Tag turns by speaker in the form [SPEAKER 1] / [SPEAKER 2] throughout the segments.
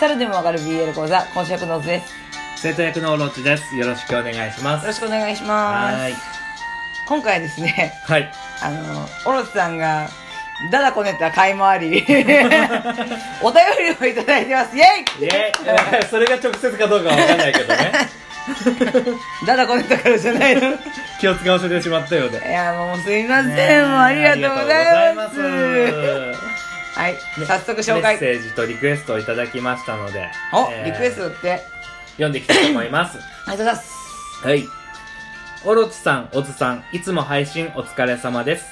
[SPEAKER 1] 猿でもわかる BL 講座講師役の図です
[SPEAKER 2] 生徒役のオロチです。よろしくお願いしま
[SPEAKER 1] よろ
[SPEAKER 2] す。
[SPEAKER 1] しくお願いします
[SPEAKER 2] はーい。
[SPEAKER 1] 今回ですね
[SPEAKER 2] はい。
[SPEAKER 1] あのオロチさんがダダこねた買い回りお 便りをいただいてますイェ
[SPEAKER 2] イェイ それが直接かどうかはわかんないけど ね。
[SPEAKER 1] イダダこねたからじゃ ないのい
[SPEAKER 2] 気を使わせてしまったようで。
[SPEAKER 1] やもうすいません、
[SPEAKER 2] ねえ
[SPEAKER 1] もうありがとうございます
[SPEAKER 2] ありがとうございます
[SPEAKER 1] はい、
[SPEAKER 2] ね
[SPEAKER 1] 早速紹介
[SPEAKER 2] メッセージとリクエストをいただきましたので。
[SPEAKER 1] お、
[SPEAKER 2] えー
[SPEAKER 1] リクエストだってあ
[SPEAKER 2] 読んでいきたいと思います。
[SPEAKER 1] りがとうございます
[SPEAKER 2] はい。オロチさん、オズさん、いつも配信お疲れ様です。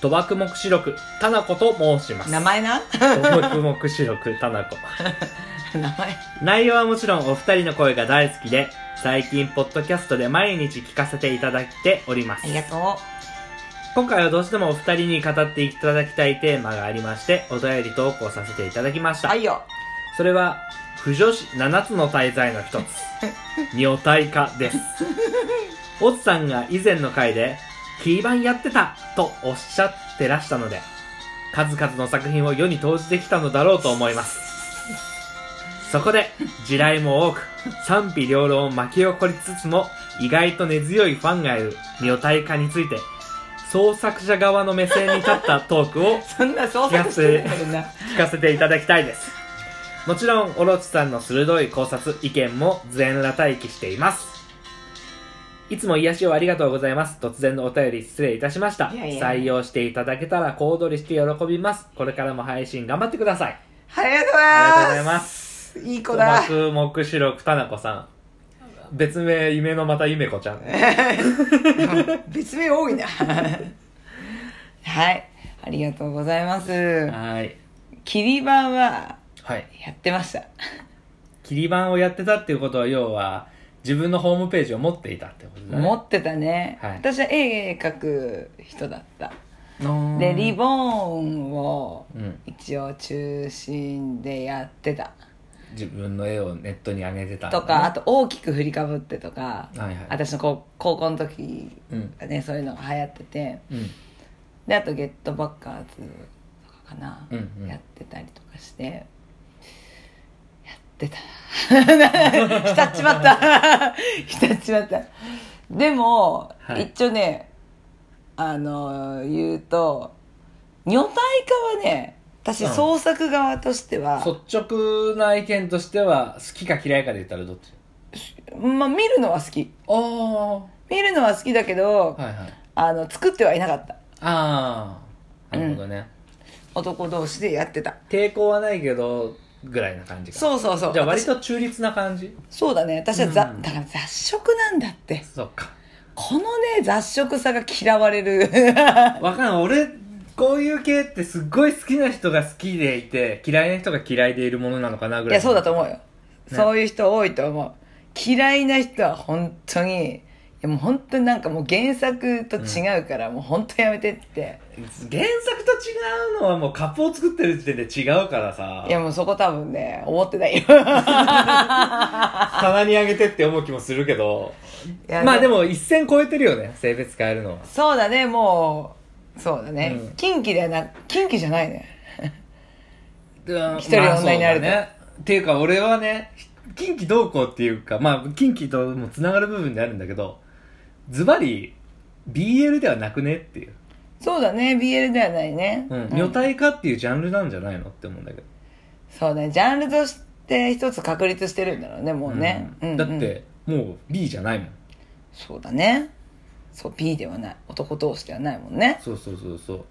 [SPEAKER 2] 賭博目視録、タナコと申します。
[SPEAKER 1] 名前 な
[SPEAKER 2] 賭博目視録、タナコ。
[SPEAKER 1] 名前
[SPEAKER 2] 内容はもちろんお二人の声が大好きで最近ポッドキャストで毎日聞かせていただいておりま
[SPEAKER 1] あ
[SPEAKER 2] す
[SPEAKER 1] りがとう
[SPEAKER 2] 今回はどうしてもお二人に語っていただきたいテーマがありましてお便り投稿させていただきました、
[SPEAKER 1] はいよ
[SPEAKER 2] それは不女子7つの大罪の一つ女体化ですオツさんが以前の回でキーバンやってたとおっしゃってらしたので数々の作品を世に投じてきたのだろうと思いますそこで地雷も多く賛否両論を巻き起こりつつも意外と根強いファンがいる女体化について創作者側の目線に立ったトークを
[SPEAKER 1] そんな創作してないんだ
[SPEAKER 2] 聞かせていただきたいですもちろんオロチさんの鋭い考察意見も全裸待機していますいつも癒しをありがとうございます突然のお便り失礼いたしました
[SPEAKER 1] いやいや
[SPEAKER 2] 採用していただけたら小躍りして喜びますこれからも配信頑張ってください
[SPEAKER 1] ありがとうご
[SPEAKER 2] ありがとうご
[SPEAKER 1] ざ
[SPEAKER 2] ざ
[SPEAKER 1] い
[SPEAKER 2] い
[SPEAKER 1] ま。
[SPEAKER 2] ます
[SPEAKER 1] いい子
[SPEAKER 2] 鼓
[SPEAKER 1] だ。
[SPEAKER 2] 膜目視録田中さん別名夢のまた夢子ちゃん
[SPEAKER 1] 別名多いな。はい。ありがとうございます。
[SPEAKER 2] はい
[SPEAKER 1] キリバンは
[SPEAKER 2] はい
[SPEAKER 1] やってました。
[SPEAKER 2] 切り板をやってたっていうことは要は自分のホームページを持っていたってことだね
[SPEAKER 1] 持ってたね。
[SPEAKER 2] はい
[SPEAKER 1] 私は絵描く人だった。
[SPEAKER 2] の
[SPEAKER 1] で、リボンを
[SPEAKER 2] うん
[SPEAKER 1] 一応中心でやってた。
[SPEAKER 2] 自分の絵をネットに上げてたんだね
[SPEAKER 1] とか、あと大きく振りかぶってとか、
[SPEAKER 2] はいはい
[SPEAKER 1] 私の高高校の時
[SPEAKER 2] うん
[SPEAKER 1] ね、そういうのが流行ってて。
[SPEAKER 2] うん
[SPEAKER 1] であとゲットバッカーズとかかな、
[SPEAKER 2] うんうん
[SPEAKER 1] やってたりとかしてやってた 浸っちまった 浸っちまったでも、
[SPEAKER 2] はい
[SPEAKER 1] 一応ねあの言うと女体化はね私
[SPEAKER 2] うん
[SPEAKER 1] 創作側としては、
[SPEAKER 2] 率直な意見としては好きか嫌いかで言ったらどっち
[SPEAKER 1] まあ見るのは好き
[SPEAKER 2] ああは
[SPEAKER 1] 見るのは好きだけど、
[SPEAKER 2] いはい
[SPEAKER 1] あの作ってはいなかった
[SPEAKER 2] ああなるほどね、
[SPEAKER 1] 男同士でやってた
[SPEAKER 2] 抵抗はないけどぐらいな感じか
[SPEAKER 1] そうそうそう
[SPEAKER 2] じゃあ割と中立な感じ
[SPEAKER 1] そうだね私はざ、
[SPEAKER 2] うん
[SPEAKER 1] だから雑食なんだって
[SPEAKER 2] そっか
[SPEAKER 1] このね雑食さが嫌われる
[SPEAKER 2] わかんない俺こういう系ってすっごい好きな人が好きでいて嫌いな人が嫌いでいるものなのかなぐ
[SPEAKER 1] い
[SPEAKER 2] らい
[SPEAKER 1] やそうだと思うよ、そういう人多いと思う嫌いな人は本当にいやもう本当になんかもう原作と違うから、もう本当やめてって
[SPEAKER 2] 原作と違うのはもうカップを作ってる時点で違うからさ
[SPEAKER 1] いやもうそこ多分ね思って ないよ
[SPEAKER 2] 棚にあげてって思う気もするけど
[SPEAKER 1] いや
[SPEAKER 2] まあでも一線超えてるよね性別変えるのは
[SPEAKER 1] そうだねもうそうだね、
[SPEAKER 2] うん
[SPEAKER 1] 近畿ではな近畿じゃないね
[SPEAKER 2] 一
[SPEAKER 1] 一人女になると
[SPEAKER 2] ねっていうか俺はね近畿同行っていうかまあ近畿ともつながる部分であるんだけどズバリ BL ではなくねっていう、
[SPEAKER 1] そうだね BL ではないね、
[SPEAKER 2] うん、
[SPEAKER 1] う
[SPEAKER 2] 女
[SPEAKER 1] ん
[SPEAKER 2] 体化っていうジャンルなんじゃないのって思うんだけど
[SPEAKER 1] そうだねジャンルとして一つ確立してるんだろうねもうね、
[SPEAKER 2] うん
[SPEAKER 1] うんうん
[SPEAKER 2] だってもう B じゃないもん
[SPEAKER 1] そうだねそう B ではない男同士ではないもんね
[SPEAKER 2] そうそうそうそう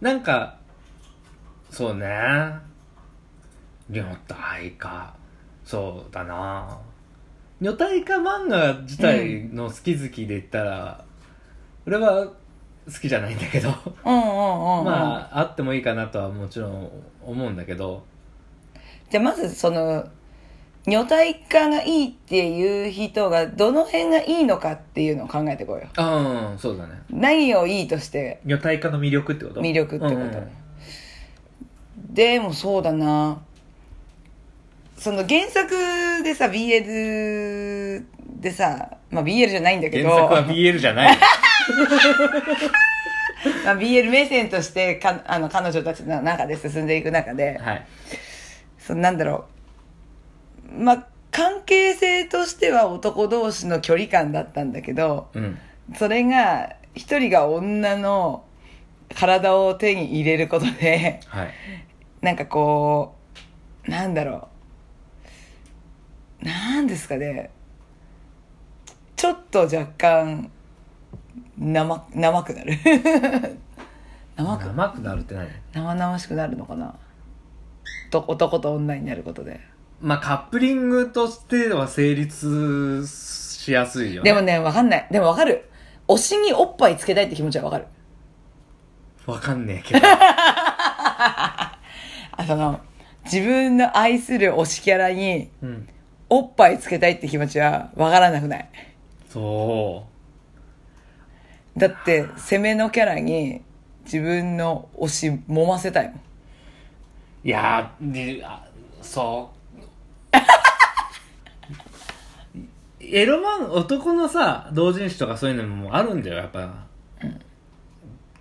[SPEAKER 2] なんかそうね女体化そうだな女体化漫画自体の好き好きで言ったら、俺は好きじゃないんだけど
[SPEAKER 1] うんうんうん、うん
[SPEAKER 2] まああってもいいかなとはもちろん思うんだけど
[SPEAKER 1] じゃあまずその女体化がいいっていう人がどの辺がいいのかっていうのを考えてこうよ
[SPEAKER 2] うんそうだね
[SPEAKER 1] 何をいいとして
[SPEAKER 2] 女体化の魅力ってこと
[SPEAKER 1] 魅力ってこと、
[SPEAKER 2] うんうんうん
[SPEAKER 1] でもそうだなその原作でさ BL でさ、まあ、BL じゃないんだけど
[SPEAKER 2] 原作は BL じゃない
[SPEAKER 1] まあ、BL 目線としてかあの彼女たちの中で進んでいく中で
[SPEAKER 2] はい
[SPEAKER 1] そのなんだろうまあ、関係性としては男同士の距離感だったんだけど、
[SPEAKER 2] うん。
[SPEAKER 1] それが、一人が女の体を手に入れることで、
[SPEAKER 2] はい。
[SPEAKER 1] なんかこう、なんだろう。なんですかね。ちょっと若干、生、生くなる。 生く
[SPEAKER 2] 甘くなるって何
[SPEAKER 1] 生々しくなるのかなと男と女になることで。
[SPEAKER 2] まあ、カップリングとしては成立しやすいよね。
[SPEAKER 1] でもね、わかんない。でもわかる。推しにおっぱいつけたいって気持ちはわかる。
[SPEAKER 2] わかんねえけ ど。
[SPEAKER 1] あ、その、自分の愛する推しキャラに
[SPEAKER 2] うん。
[SPEAKER 1] おっぱいつけたいって気持ちはわからなくない。
[SPEAKER 2] そ
[SPEAKER 1] だって、攻めのキャラに自分の推し揉ませたいもん。
[SPEAKER 2] う。いやー、であそう。 エロマン、男のさ、同人誌とかそういうのもあるんだよ、やっぱ。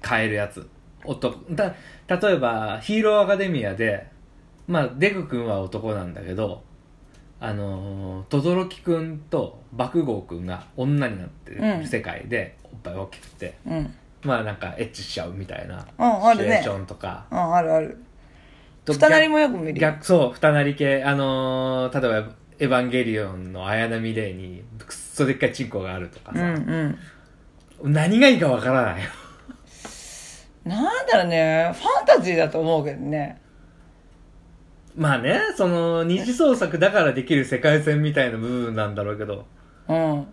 [SPEAKER 2] 買えるやつ。男、だ、例えば、ヒーローアカデミアで、まあ、デク君は男なんだけど、あのー、トドロキ君と爆豪君が女になって
[SPEAKER 1] うん
[SPEAKER 2] る世界で、おっぱい大きくて、
[SPEAKER 1] うん。
[SPEAKER 2] まあなんかエッチしちゃうみたいな、シチ
[SPEAKER 1] ある
[SPEAKER 2] ュエ
[SPEAKER 1] ね
[SPEAKER 2] ーションとか、
[SPEAKER 1] うん、あるある。
[SPEAKER 2] と
[SPEAKER 1] 二なりもよく見るよ。
[SPEAKER 2] 逆そう二なり系あのー例えば「エヴァンゲリオン」の綾波レイにくっそでっかいチンコがあるとか
[SPEAKER 1] うんう
[SPEAKER 2] さ、
[SPEAKER 1] ん。
[SPEAKER 2] 何がいいかわからない
[SPEAKER 1] なんだろうね、ファンタジーだと思うけどね。
[SPEAKER 2] まあねその二次創作だからできる世界線みたいな部分なんだろうけど
[SPEAKER 1] うん。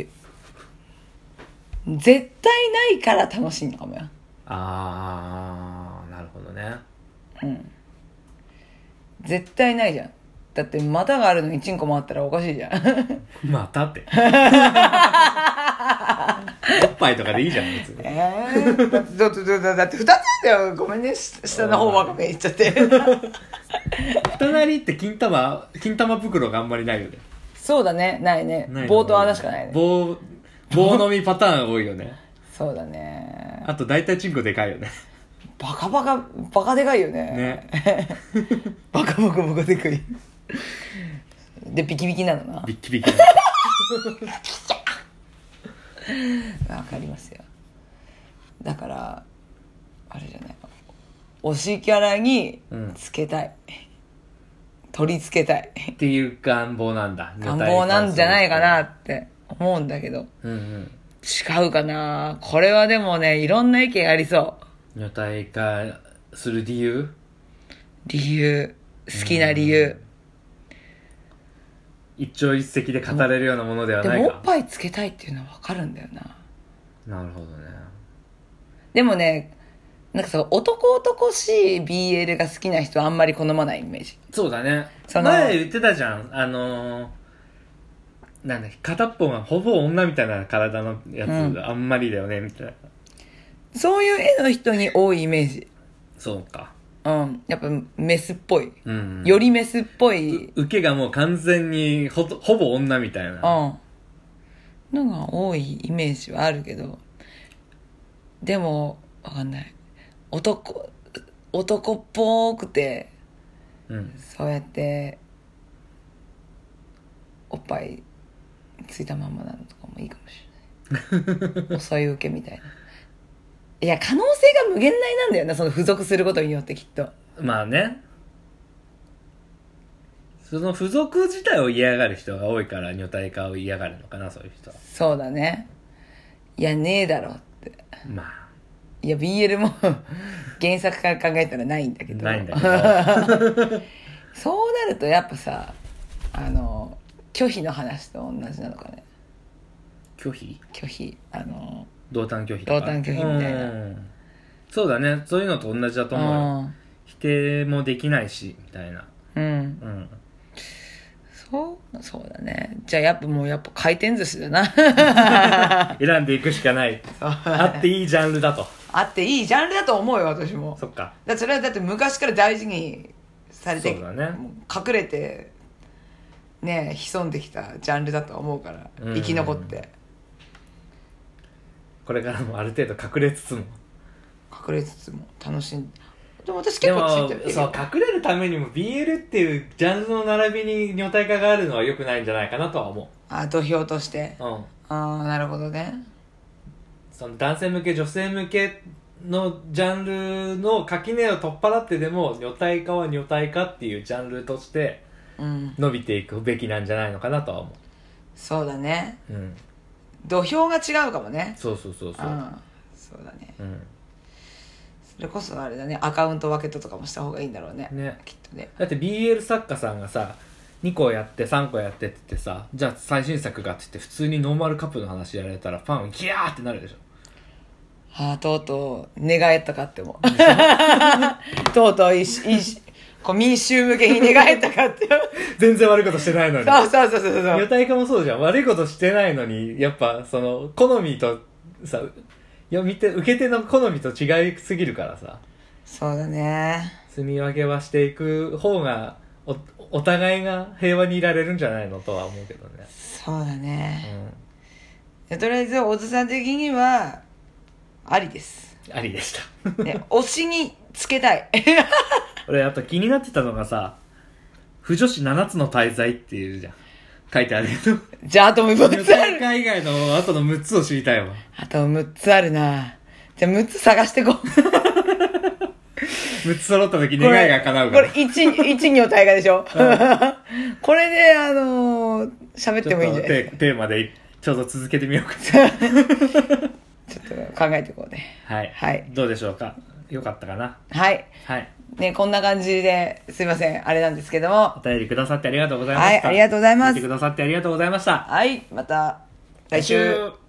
[SPEAKER 1] い絶対ないから楽しいのかもよ。
[SPEAKER 2] ああなるほどね
[SPEAKER 1] うん。絶対ないじゃん。だって股があるのにチンコもあったらおかしいじゃん。
[SPEAKER 2] またっておっぱいとかでいいじゃん別に
[SPEAKER 1] えー、だってだってだってだって二つなんだよ。ごめんね、し下の方ばっかり言っちゃって。
[SPEAKER 2] 二なりって金玉金玉袋があんまりないよね
[SPEAKER 1] そうだね、ないね。
[SPEAKER 2] ないの
[SPEAKER 1] 棒と穴しかないね。
[SPEAKER 2] 棒棒飲みパターン多いよね
[SPEAKER 1] そうだね。
[SPEAKER 2] あと大体チンコでかいよね
[SPEAKER 1] バカバカ、バカでかいよね。
[SPEAKER 2] ね
[SPEAKER 1] バカバカバカでかい。で、ビキビキなのな。
[SPEAKER 2] ビッキビキな
[SPEAKER 1] わかりますよだからあれじゃない推しキャラに
[SPEAKER 2] うん
[SPEAKER 1] つけたい、取り付けたい
[SPEAKER 2] っていう願望なんだ
[SPEAKER 1] 願望なんじゃないかなって思うんだけど
[SPEAKER 2] うんうん
[SPEAKER 1] 違うかなこれはでもねいろんな意見ありそう
[SPEAKER 2] 女体化する理由
[SPEAKER 1] 理由好きな理由
[SPEAKER 2] 一朝一夕で語れるようなものでは
[SPEAKER 1] で
[SPEAKER 2] ない
[SPEAKER 1] もおっ
[SPEAKER 2] か
[SPEAKER 1] ぱいつけたいっていうのはわかるんだよな
[SPEAKER 2] なるほどね
[SPEAKER 1] でもねなんかそう男男しい BL が好きな人はあんまり好まないイメージ
[SPEAKER 2] そうだね
[SPEAKER 1] その
[SPEAKER 2] 前言ってたじゃんあのーなんだっけ片っぽがほぼ女みたいな体のやつ、
[SPEAKER 1] うん
[SPEAKER 2] あんまりだよねみたいな
[SPEAKER 1] そういう絵の人に多いイメージ
[SPEAKER 2] そうか
[SPEAKER 1] うんやっぱメスっぽい
[SPEAKER 2] うん
[SPEAKER 1] よりメスっぽい、うん。
[SPEAKER 2] 受けがもう完全にほとほぼ女みたいな
[SPEAKER 1] のが多いイメージはあるけど、でも、わかんない。男、男っぽくて、
[SPEAKER 2] うん
[SPEAKER 1] そうやって、おっぱいついたまんまなのとかもいいかもしれ ない。おそい受けみたいな。いや、可能性が無限大なんだよな、その付属することによってきっと。
[SPEAKER 2] まあね。その付属自体を嫌がる人が多いから、女体化を嫌がるのかな、そういう人は。
[SPEAKER 1] そうだね。いや、ねえだろって。
[SPEAKER 2] まあ、
[SPEAKER 1] いや、BL も 原作から考えたらないんだけど。
[SPEAKER 2] ないんだ け
[SPEAKER 1] そうなるとやっぱさ、あの、拒否の話と同じなのかね。
[SPEAKER 2] ど、拒否
[SPEAKER 1] 拒否。あの、
[SPEAKER 2] 同担拒否とか。
[SPEAKER 1] 同担拒否みたいな
[SPEAKER 2] うんそうだね。そういうのと同じだと思うよ。否定もできないし、みたいな。
[SPEAKER 1] うん。うん。
[SPEAKER 2] うん。
[SPEAKER 1] そう、そうだね。じゃあやっぱもうやっぱ回転寿司だな。
[SPEAKER 2] 選んでいくしかない。あっていいジャンルだと。
[SPEAKER 1] あっていいジャンルだと思うよ、私も。
[SPEAKER 2] そっか。
[SPEAKER 1] だってそれはだって昔から大事にされて、
[SPEAKER 2] そうだね
[SPEAKER 1] もう隠れて、ね、潜んできたジャンルだと思うから、
[SPEAKER 2] うん
[SPEAKER 1] 生き残って。
[SPEAKER 2] これからもある程度隠れつつも。
[SPEAKER 1] 隠れつつも楽しんでも私
[SPEAKER 2] で
[SPEAKER 1] 結構
[SPEAKER 2] も
[SPEAKER 1] ついてる
[SPEAKER 2] そう隠れるためにも BL っていうジャンルの並びに女体化があるのは良くないんじゃないかなとは思
[SPEAKER 1] あ土俵として
[SPEAKER 2] う、うん、
[SPEAKER 1] ああなるほどね
[SPEAKER 2] その男性向け女性向けのジャンルの垣根を取っ払ってでも女体化は女体化っていうジャンルとして
[SPEAKER 1] うん
[SPEAKER 2] 伸びていくべきなんじゃないのかなとは思
[SPEAKER 1] そうだね
[SPEAKER 2] う、うん、
[SPEAKER 1] 土俵が違うかもね
[SPEAKER 2] そうそうそう
[SPEAKER 1] う
[SPEAKER 2] そうん
[SPEAKER 1] そうだね
[SPEAKER 2] うん、
[SPEAKER 1] それこそあれだねアカウント分けととかもした方がいいんだろうね
[SPEAKER 2] ね
[SPEAKER 1] きっとね
[SPEAKER 2] だって BL 作家さんがさ2個やって3個やってって言ってさじゃあ最新作がって言って普通にノーマルカップの話やられたらファンギャーってなるでしょ
[SPEAKER 1] ああとうとう寝返ったかって思う とうとういしいしこう民衆向けに寝返ったかって思う
[SPEAKER 2] 全然悪いことしてないのに
[SPEAKER 1] そうそうそうそうそう
[SPEAKER 2] 女体化もそうじゃん悪いことしてないのにやっぱその好みとさ読み手受け手の好みと違いすぎるからさ
[SPEAKER 1] そうだね
[SPEAKER 2] 住み分けはしていく方がおお互いが平和にいられるんじゃないのとは思うけどね、
[SPEAKER 1] そうだね、
[SPEAKER 2] う
[SPEAKER 1] でとりあえずおずさん的にはありです、
[SPEAKER 2] ん、ありでした
[SPEAKER 1] ね、推しにつけたい
[SPEAKER 2] 俺あと気になってたのがさ「不女子7つの大罪」っていうじゃん書いてあるけど
[SPEAKER 1] じゃああと6つあ
[SPEAKER 2] 大
[SPEAKER 1] る
[SPEAKER 2] 会以外の後の6つを知りたいわ
[SPEAKER 1] あと6つあるなじゃあ6つ探してこう
[SPEAKER 2] 6つ揃った 時願いが叶う
[SPEAKER 1] こ
[SPEAKER 2] から
[SPEAKER 1] れ1一女体がでし ょ、 これであのー喋っ
[SPEAKER 2] ち
[SPEAKER 1] て
[SPEAKER 2] ょっ
[SPEAKER 1] もいいん
[SPEAKER 2] と
[SPEAKER 1] じゃないで
[SPEAKER 2] テテーマでちょっと続けてみようか
[SPEAKER 1] すかちょっと考えてこうね
[SPEAKER 2] はい。
[SPEAKER 1] はい
[SPEAKER 2] どうでしょうかよかったかな
[SPEAKER 1] はい
[SPEAKER 2] はい。
[SPEAKER 1] ねこんな感じですいませんあれなんですけど
[SPEAKER 2] お
[SPEAKER 1] も
[SPEAKER 2] 便りくださってありがとうございました。
[SPEAKER 1] はいありがとうございます
[SPEAKER 2] 聞いてくださってありがとうございました。
[SPEAKER 1] はいまた来週
[SPEAKER 2] 週